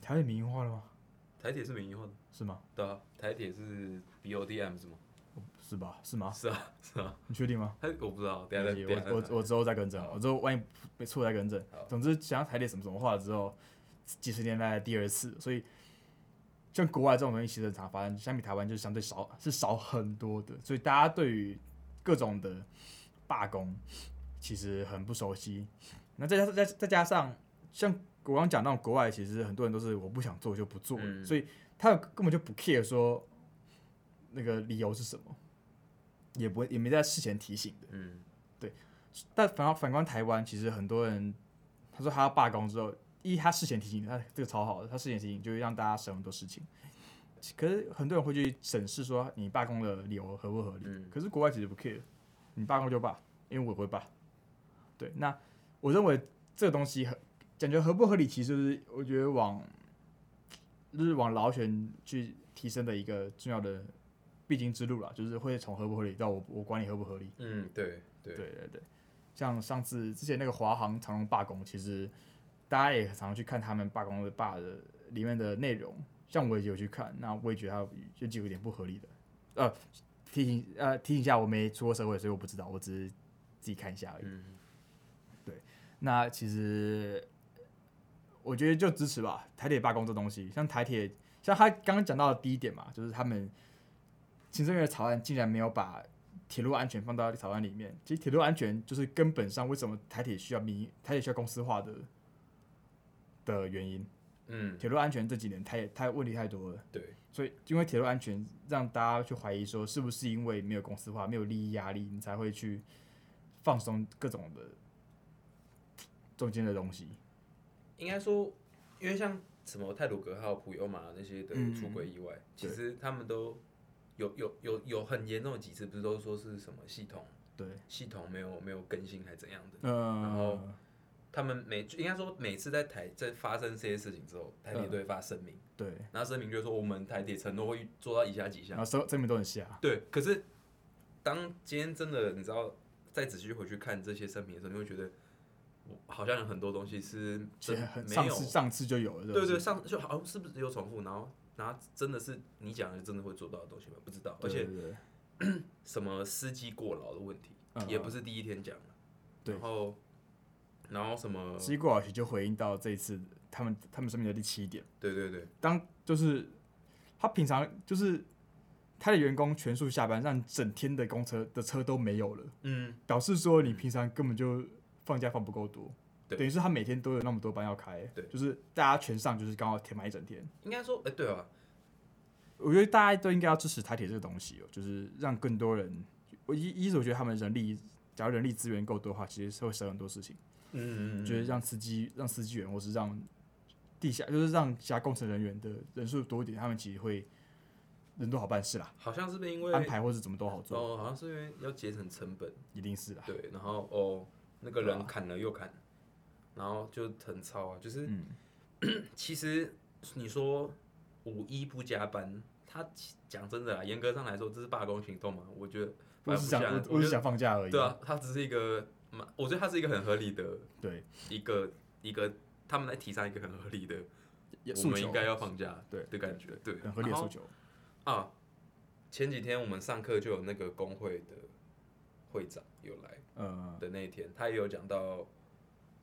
Speaker 1: 台铁民营化了吗？
Speaker 2: 台铁是民营化的，
Speaker 1: 是吗？
Speaker 2: 对啊，台铁是 BOTM 是吗？
Speaker 1: 是吧？是吗？
Speaker 2: 是啊，是啊，
Speaker 1: 你确定吗？
Speaker 2: 他我不知道，等一下再等一下再
Speaker 1: 我我我之后再更正，我之后万一没错再更正
Speaker 2: 好。
Speaker 1: 总之，想要台铁什么什么话之后，几十年来的第二次，所以像国外这种东西其实很常发生，相比台湾就是相对少，是少很多的。所以大家对于各种的罢工其实很不熟悉。那再加再再加上像我刚刚讲那种国外，其实很多人都是我不想做就不做，
Speaker 2: 嗯
Speaker 1: 所以他们根本就不 care 说那个理由是什么，也不会也没在事前提醒。
Speaker 2: 嗯，
Speaker 1: 但反而反观台湾，其实很多人他说他要罢工之后，一他事前提醒他哎这个超好的，他事前提醒就会让大家省很多事情。可是很多人会去审视说你罢工的理由合不合理，
Speaker 2: 嗯
Speaker 1: 可是国外其实不 care，你罢工就罢，因为我也会罢。对，那我认为这个东西合感觉合不合理，其实就是我觉得往就是往劳权去提升的一个重要的必经之路了，就是会从合不合理到我我管你合不合理。
Speaker 2: 嗯，对对，
Speaker 1: 对对对，像上次之前那个华航长荣罢工，其实大家也常去看他们罢工的罢的里面的内容，像我也有去看，那我也觉得它有几个点不合理的。呃，提醒呃提醒一下，我没出过社会，所以我不知道，我只是自己看一下而已。
Speaker 2: 嗯，
Speaker 1: 那其实我觉得就支持吧，台铁罢工这东西，像台铁，像他刚刚讲到的第一点嘛，就是他们行政院的草案竟然没有把铁路安全放到草案里面。其实铁路安全就是根本上为什么台铁需要民营台铁需要公司化的的原因。
Speaker 2: 嗯，
Speaker 1: 铁路安全这几年太太问题太多了，
Speaker 2: 对，
Speaker 1: 所以因为铁路安全让大家去怀疑说，是不是因为没有公司化、没有利益压力，你才会去放松各种的中间的东西。
Speaker 2: 应该说，因为像什么泰鲁格号、普悠玛那些的
Speaker 1: 嗯
Speaker 2: 出轨意外，其
Speaker 1: 对
Speaker 2: 实他们都有有有有很严重的几次，不是都说是什么系统
Speaker 1: 对，
Speaker 2: 系统没有没有更新还怎样的？嗯然后
Speaker 1: 呃，
Speaker 2: 他们每应该说每次在台在发生这些事情之后，台铁
Speaker 1: 嗯
Speaker 2: 都会发声明，
Speaker 1: 对，
Speaker 2: 然后声明就说我们台铁承诺会做到以下几项
Speaker 1: 然。后声证明都很瞎，
Speaker 2: 对，可是当今天真的你知道再仔细回去看这些声明的时候，你会觉得我好像有很多东西是
Speaker 1: 其
Speaker 2: 真
Speaker 1: 实很
Speaker 2: 没
Speaker 1: 上
Speaker 2: 有
Speaker 1: 次上次就有了，
Speaker 2: 对
Speaker 1: 不
Speaker 2: 对，上就好像是不是有重复，然后然后真的是你讲的真的会做到的东西吗？不知道，
Speaker 1: 对
Speaker 2: 而且
Speaker 1: 对对
Speaker 2: 什么司机过劳的问题、
Speaker 1: 嗯
Speaker 2: 也不是第一天讲了，
Speaker 1: 对
Speaker 2: 然后然后什么，
Speaker 1: 西郭老师啊就回应到这一次他们他们声明的第七点，
Speaker 2: 对对对，
Speaker 1: 当就是他平常就是他的员工全数下班，让整天的公车的车都没有了。
Speaker 2: 嗯，
Speaker 1: 表示说你平常根本就放假放不够多，
Speaker 2: 对
Speaker 1: 等于是他每天都有那么多班要开，
Speaker 2: 对
Speaker 1: 就是大家全上就是刚好填满一整天。
Speaker 2: 应该说，哎、对啊，
Speaker 1: 我觉得大家都应该要支持台铁这个东西哦，就是让更多人，我一一是我觉得他们人力，假如人力资源够多的话，其实是会省很多事情，
Speaker 2: 嗯，
Speaker 1: 就是让司机、让司机员或是让地下，就是让其他工程人员的人数多一点，他们其实会人都好办事啦，
Speaker 2: 好像是不是因为
Speaker 1: 安排或是怎么都好做，
Speaker 2: 哦，好像是因为要节省成本，
Speaker 1: 一定是啦。
Speaker 2: 对，然后哦，那个
Speaker 1: 对啊
Speaker 2: 人砍了又砍，然后就很糙啊，就是、
Speaker 1: 嗯
Speaker 2: 其实你说五一不加班，他其讲真的啦，严格上来说这是罢工行动嘛？我觉得
Speaker 1: 我
Speaker 2: 反
Speaker 1: 只
Speaker 2: 正
Speaker 1: 想
Speaker 2: 不像
Speaker 1: 我我只想放假而已。
Speaker 2: 对啊，他只是一个蛮，我觉得他是一个很合理的
Speaker 1: 对，
Speaker 2: 一个一个，他们在提倡一个很合理的，我
Speaker 1: 诉
Speaker 2: 们
Speaker 1: 求
Speaker 2: 应该要放假
Speaker 1: 对
Speaker 2: 的感觉，对，
Speaker 1: 很合理的
Speaker 2: 然
Speaker 1: 诉
Speaker 2: 后
Speaker 1: 求。
Speaker 2: 啊，前几天我们上课就有那个工会的会长有来。
Speaker 1: 呃，
Speaker 2: 的那一天，他也有讲到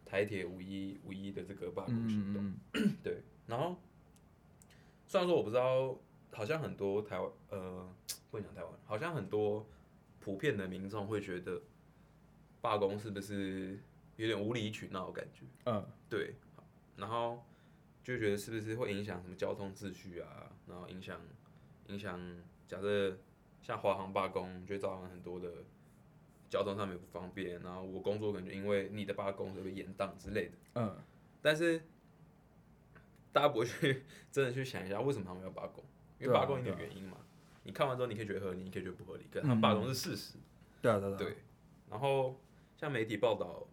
Speaker 2: 台铁五一五一的这个罢工行动。
Speaker 1: 嗯
Speaker 2: 对，然后虽然说我不知道，好像很多台湾呃，不能讲台湾，好像很多普遍的民众会觉得罢工是不是有点无理取闹的感觉？
Speaker 1: 嗯
Speaker 2: 对，然后就觉得是不是会影响什么交通秩序啊，然后影响影响，假设像华航罢工，就会造成很多的交通上面不方便，然后我工作可能就因为你的罢工所以被延宕之类的。
Speaker 1: 嗯，
Speaker 2: 但是大家不会去 真的去想一下为什么他们要罢工，因为
Speaker 1: 对啊嗯
Speaker 2: 罢工一定有
Speaker 1: 对
Speaker 2: 原因嘛。你看完之后，你可以觉得合理，你可以觉得不合理，可是他们罢工是事实。
Speaker 1: 对啊对啊
Speaker 2: 对，然后像媒体报道，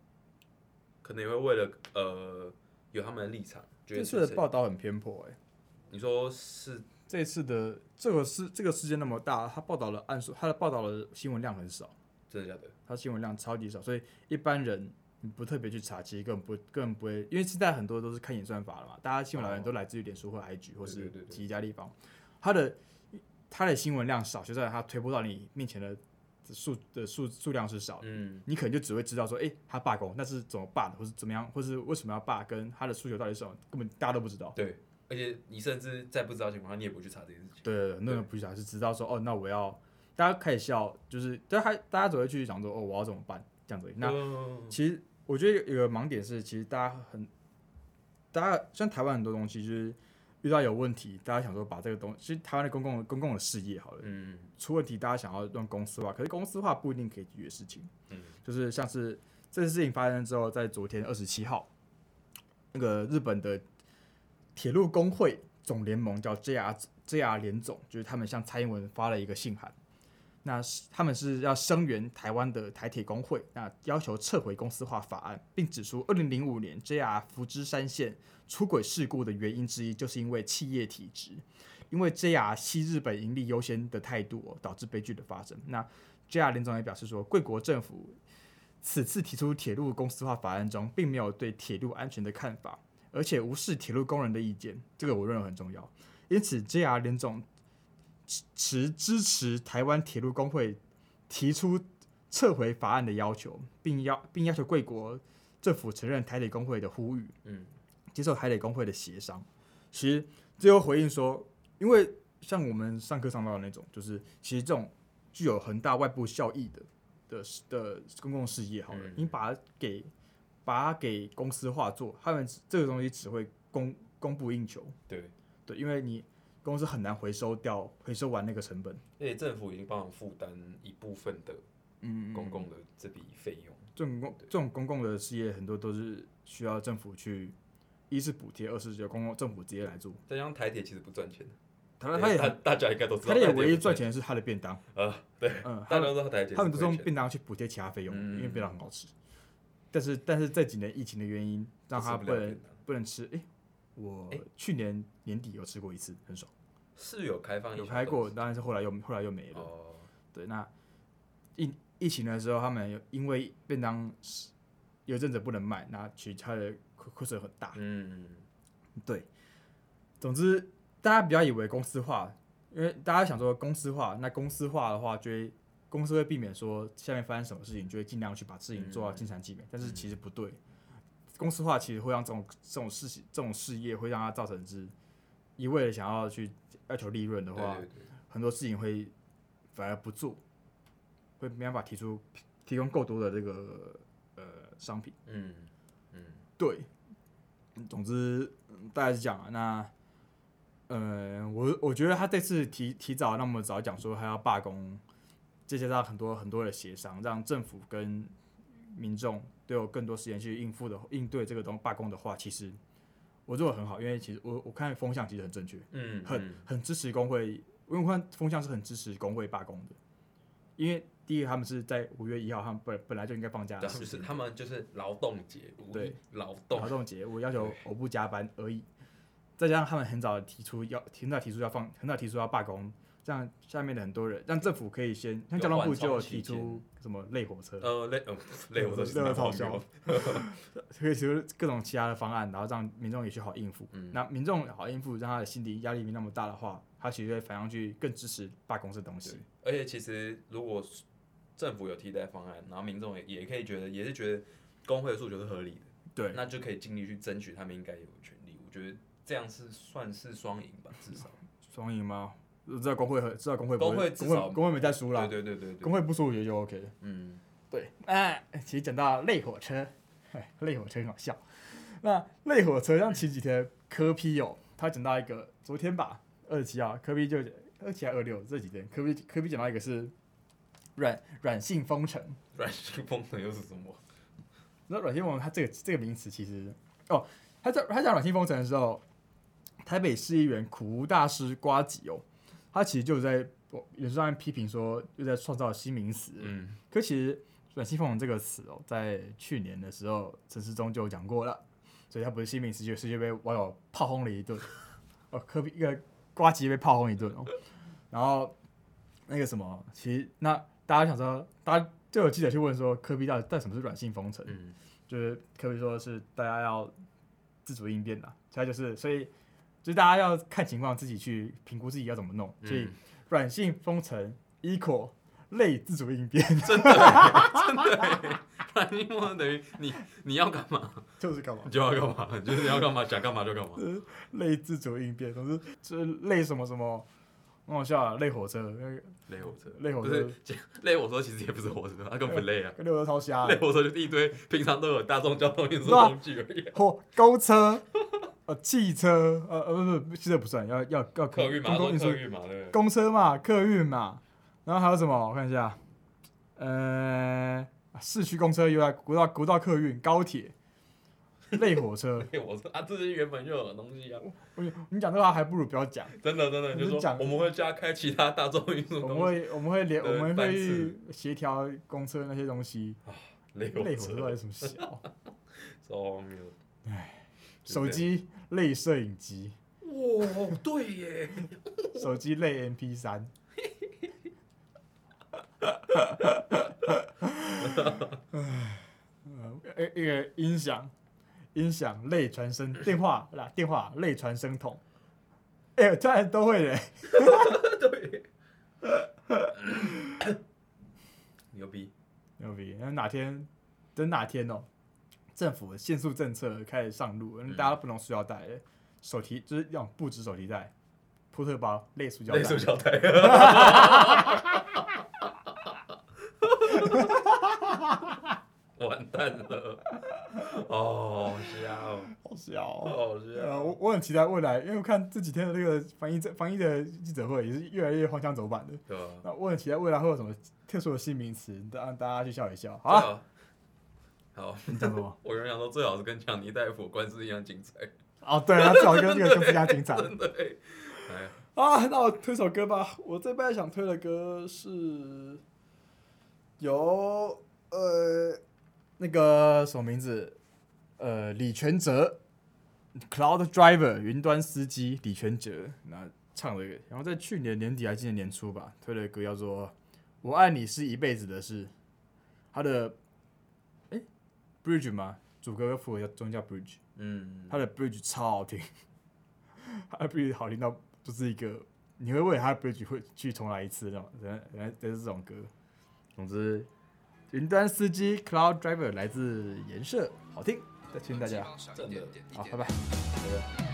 Speaker 2: 可能也会为了呃有他们的立场，觉
Speaker 1: 这
Speaker 2: 得
Speaker 1: 次的报道很偏颇哎、
Speaker 2: 你说是
Speaker 1: 这一次的这个事这个事件那么大，他报道的案数，他的报道的新闻量很少，
Speaker 2: 真的假的？
Speaker 1: 他新闻量超级少，所以一般人你不特别去查，其实根本不根本不会，因为现在很多都是看演算法了嘛，大家新闻来源都来自于脸书或 IG 或
Speaker 2: 哦对
Speaker 1: 是
Speaker 2: 对对对
Speaker 1: 其他地方，他的他的新闻量少，就在他推播到你面前的数的数数量是少的。
Speaker 2: 嗯，
Speaker 1: 你可能就只会知道说，哎、他罢工，那是怎么罢的，或是怎么样，或是为什么要罢，跟他的诉求到底是什么，根本大家都不知道。
Speaker 2: 对，而且你甚至在不知道的情况下，你也不去查这件事情。
Speaker 1: 对对对，那个不想是知道说哦，那我要大家开始笑，就是大家大家只会去想说哦，我要怎么办这样子而已。那
Speaker 2: 嗯
Speaker 1: 其实我觉得有个盲点是，其实大家很，大家像台湾很多东西就是遇到有问题，大家想说把这个东西，其实台湾的公共公共的事业好了，
Speaker 2: 嗯
Speaker 1: 出问题大家想要用公司化，可是公司化不一定可以解决事情。
Speaker 2: 嗯，
Speaker 1: 就是像是这件事情发生之后，在昨天二十七号，那个日本的铁路工会总联盟叫 JR JR 联总，就是他们向蔡英文发了一个信函，那是他们是要声援台湾的台铁工会，那要求撤回公司化法案，并指出二零零五年 JR 福知山线出轨事故的原因之一，就是因为企业体制。因为 JR 西日本盈利优先的态度、哦，导致悲剧的发生。那 JR 林总也表示说，贵国政府此次提出铁路公司化法案中，并没有对铁路安全的看法，而且无视铁路工人的意见，这个我认为很重要。因此，JR 联总持持支持台湾铁路工会提出撤回法案的要求，并要并要求贵国政府承认台铁工会的呼吁，
Speaker 2: 嗯，
Speaker 1: 接受台铁工会的协商。其实最后回应说，因为像我们上课上到的那种，就是其实这种具有很大外部效益的的的公共事业，好了，
Speaker 2: 嗯
Speaker 1: 你把它给把它给公司化做，他们这个东西只会供供不应求，
Speaker 2: 对，
Speaker 1: 对，因为你公司很难回收掉回收完那个成本，
Speaker 2: 而且政府已经帮我负担一部分的
Speaker 1: 嗯
Speaker 2: 公共的这笔费用。
Speaker 1: 这种公这种公共的事业很多都是需要政府去一是补贴，二是由公共政府直接来做，
Speaker 2: 再加上台铁其实不赚钱，哎
Speaker 1: 他他也
Speaker 2: 大大家应该都知道，
Speaker 1: 他也唯一
Speaker 2: 不
Speaker 1: 赚钱的是他的便当，
Speaker 2: 啊，对，
Speaker 1: 嗯，
Speaker 2: 大家都知道台铁
Speaker 1: 他们都
Speaker 2: 是不
Speaker 1: 是用
Speaker 2: 赚钱
Speaker 1: 便当去补贴其他费用，
Speaker 2: 嗯
Speaker 1: 因为便当很好吃。但是但是这几年疫情的原因，让他
Speaker 2: 吃不
Speaker 1: 不
Speaker 2: 了
Speaker 1: 能
Speaker 2: 便当
Speaker 1: 不能吃。诶，我
Speaker 2: 诶
Speaker 1: 去年年底有吃过一次，很爽，
Speaker 2: 是有开放一
Speaker 1: 有
Speaker 2: 小
Speaker 1: 开
Speaker 2: 段
Speaker 1: 过，
Speaker 2: 时
Speaker 1: 当然是后来又后来又没
Speaker 2: 间
Speaker 1: 了。
Speaker 2: 哦，
Speaker 1: 对，那疫疫情的时候，他们有因为便当有一阵子不能卖，那其实他的亏亏损很大。
Speaker 2: 嗯，
Speaker 1: 对，总之大家不要以为公司化，因为大家想说公司化，那公司化的话就会公司会避免说下面发生什么事情，就会尽量去把事情做到尽善尽美，但是其实不对。公司化其实会让这种这种事情、这种事业会让它造成是，一味的想要去要求利润的
Speaker 2: 对
Speaker 1: 话，
Speaker 2: 对对，
Speaker 1: 很多事情会反而不做，会没办法提出提供够多的这个呃商品。
Speaker 2: 嗯嗯，
Speaker 1: 对，嗯总之嗯大概是这样啊。那，呃，我我觉得他这次提提早那么早讲说他要罢工，再加上很多很多的协商，让政府跟民众都有更多时间去应付的应对这个东罢工的话，其实我认为很好，因为其实我我看风向其实很正确，
Speaker 2: 嗯，
Speaker 1: 很很支持工会，因为我看风向是很支持工会罢工的，因为第一个他们是在五月一号，他们本本来就应该放假
Speaker 2: 对
Speaker 1: 的时
Speaker 2: 他们
Speaker 1: 间，
Speaker 2: 就是他们就是劳动节，五
Speaker 1: 对
Speaker 2: 一劳动
Speaker 1: 劳，动节，我要求我不加班而已。再加上他们很早提出要，很早提出要放，很早提出要罢工，这样下面的很多人，让政府可以先，像交通部就有提出什么累火车，
Speaker 2: 呃，累呃 累，我都
Speaker 1: 这个超笑
Speaker 2: 笑，
Speaker 1: 可以提出各种其他的方案，然后让民众也去好应付。
Speaker 2: 嗯
Speaker 1: 那民众好应付，让他的心理压力没那么大的话，他其实会反向去更支持罢工这东西。
Speaker 2: 而且其实如果政府有替代方案，然后民众也也可以觉得也是觉得工会的诉求是合理的，
Speaker 1: 对，
Speaker 2: 那就可以尽力去争取他们应该有的权利。我觉得这样是算是双赢吧，至少
Speaker 1: 双赢吗？知道工会和知道工会不
Speaker 2: 工会至
Speaker 1: 工
Speaker 2: 少
Speaker 1: 会工会没再输了，
Speaker 2: 对对对对对，
Speaker 1: 工会不输我觉得就 OK 了。
Speaker 2: 嗯，
Speaker 1: 对，那哎其实讲到类火车，哎，类火车很好笑。那类火车像前几天科批哦，他讲到一个昨天吧，二十七号科批就二七还二六这几天，科批科批讲到一个是软软性封城。
Speaker 2: 软性风能又是 什么？
Speaker 1: 那软性封城它这个这个名词其实哦，他讲他讲软性封城的时候，台北市议员苦无大师瓜吉哦，他其实就在有上面批评说又在创造新名词，
Speaker 2: 嗯，
Speaker 1: 可其实“软性凤凰”这个词哦，在去年的时候，陈世忠就有讲过了，所以他不是新名词，就是被网友炮轰了一顿。哦，科比一个瓜吉被炮轰一顿哦，然后那个什么，其实那大家想说，大家就有记者去问说，科比到底到底什么是软性封城？
Speaker 2: 嗯，
Speaker 1: 就是科比说的是大家要自主应变的，所以就是所以就是大家要看情况自己去评估自己要怎么弄，所以
Speaker 2: 嗯
Speaker 1: 软性封城 equal 类自主应变
Speaker 2: 真的 欸真的欸，软硬碰等于你你要干嘛
Speaker 1: 就是干嘛
Speaker 2: 你？就要干嘛，就是你要干嘛想干嘛就干嘛。
Speaker 1: 呃类自主应变，总之就是类什么什么，很好笑啊，类火车，那个
Speaker 2: 累火车，
Speaker 1: 累火车
Speaker 2: 不是这累火车，其实也不是火车，它根本不累啊。
Speaker 1: 跟火车超瞎
Speaker 2: 累
Speaker 1: 的，
Speaker 2: 火车就是一堆平常都有大众交通运输工具而已，
Speaker 1: 或公车，呃，汽车，呃呃不不，汽车不算，要要要
Speaker 2: 客运嘛，
Speaker 1: 公共
Speaker 2: 都
Speaker 1: 运输
Speaker 2: 客，运嘛，对不对？
Speaker 1: 公车嘛，客运嘛，然后还有什么？我看一下，呃，市区公车以外，国道国道客运、高铁、类火车，
Speaker 2: 累火车啊，这些原本就有的东西啊，
Speaker 1: 我你讲这话还不如不要讲。
Speaker 2: 真的真的，
Speaker 1: 你
Speaker 2: 就是说
Speaker 1: 讲
Speaker 2: 我们会加开其他大众运输
Speaker 1: 我们
Speaker 2: 工具，
Speaker 1: 会我们会联
Speaker 2: 对
Speaker 1: 我们
Speaker 2: 班
Speaker 1: 会
Speaker 2: 次
Speaker 1: 协调公车那些东西，
Speaker 2: 累哦火
Speaker 1: 类火车到
Speaker 2: 车
Speaker 1: 底，什么小？
Speaker 2: 超荒谬。就
Speaker 1: 手
Speaker 2: 这样
Speaker 1: 机类摄影机，
Speaker 2: 哇，对耶，
Speaker 1: 手机类 MP 三，呃，一一个音响，音响类传声电话啦，电话类传声筒，哎、呦，突然都会嘞，
Speaker 2: 对，牛逼，
Speaker 1: 牛逼！那哪天等哪天哦，政府的限速政策开始上路，
Speaker 2: 嗯
Speaker 1: 大家不能塑胶袋了，手提就是那种布质手提袋、波特包类塑胶
Speaker 2: 累
Speaker 1: 袋，
Speaker 2: 塑胶袋。 完蛋了！哦，好笑哦，
Speaker 1: 好笑哦。
Speaker 2: 好笑
Speaker 1: 呃，我
Speaker 2: 哦！
Speaker 1: 我很期待未来，因为我看这几天的那个防疫政防疫的记者会也是越来越荒腔走板的。
Speaker 2: 对吧？
Speaker 1: 那我很期待未来会有什么特殊的新名词，让大家去笑一笑。好啊了，
Speaker 2: 最好，好，
Speaker 1: 你讲什么？
Speaker 2: 我原想说最好是跟强尼大夫的官司一样精彩，
Speaker 1: 哦，对，他最好跟这个更更加精彩
Speaker 2: 真的欸。哎呀，
Speaker 1: 啊！那我推首歌吧，我这边想推的歌是由呃那个什么名字？呃，李全哲，Cloud Driver 云端司机李全哲，那唱了一个，然后在去年年底还是今年年初吧，推了一个歌叫做《我爱你是一辈子的事》，他的诶 Bridge 吗？主歌跟副歌叫中间叫 Bridge，
Speaker 2: 嗯，
Speaker 1: 他的 bridge 超好听， 他的 bridge 好听到就是一个你会为了他的 bridge 会去重来一次那种，人人就是这种歌。总之，云端司机 Cloud Driver 来自颜社，好听，再推荐大家，
Speaker 2: 真的。
Speaker 1: 好，拜拜。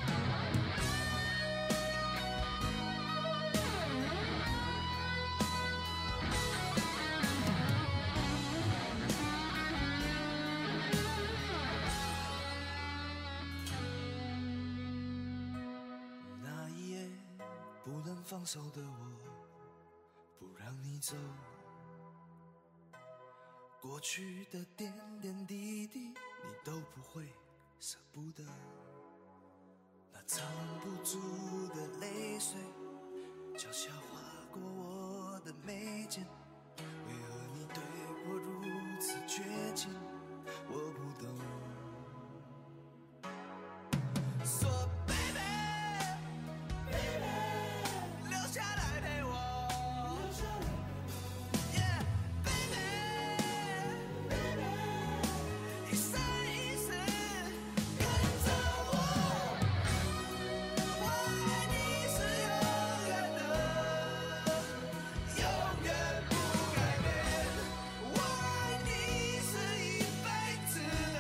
Speaker 3: 那一夜不能放手的我，不让你走。过去的点点滴滴，你都不会舍不得。那藏不住的泪水，悄悄划过我的眉间。为何你对我如此绝情？我不懂。说，baby。留下来陪我。Yeah, baby, baby，一生一世跟着我。我爱你是永远的，永远不改变。我爱你是一辈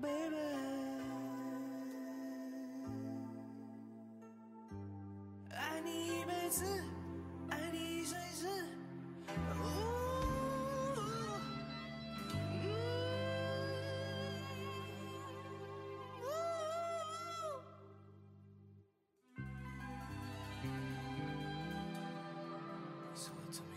Speaker 3: 美美。爱你一辈子，爱你一生一世。呜嗯呜是我从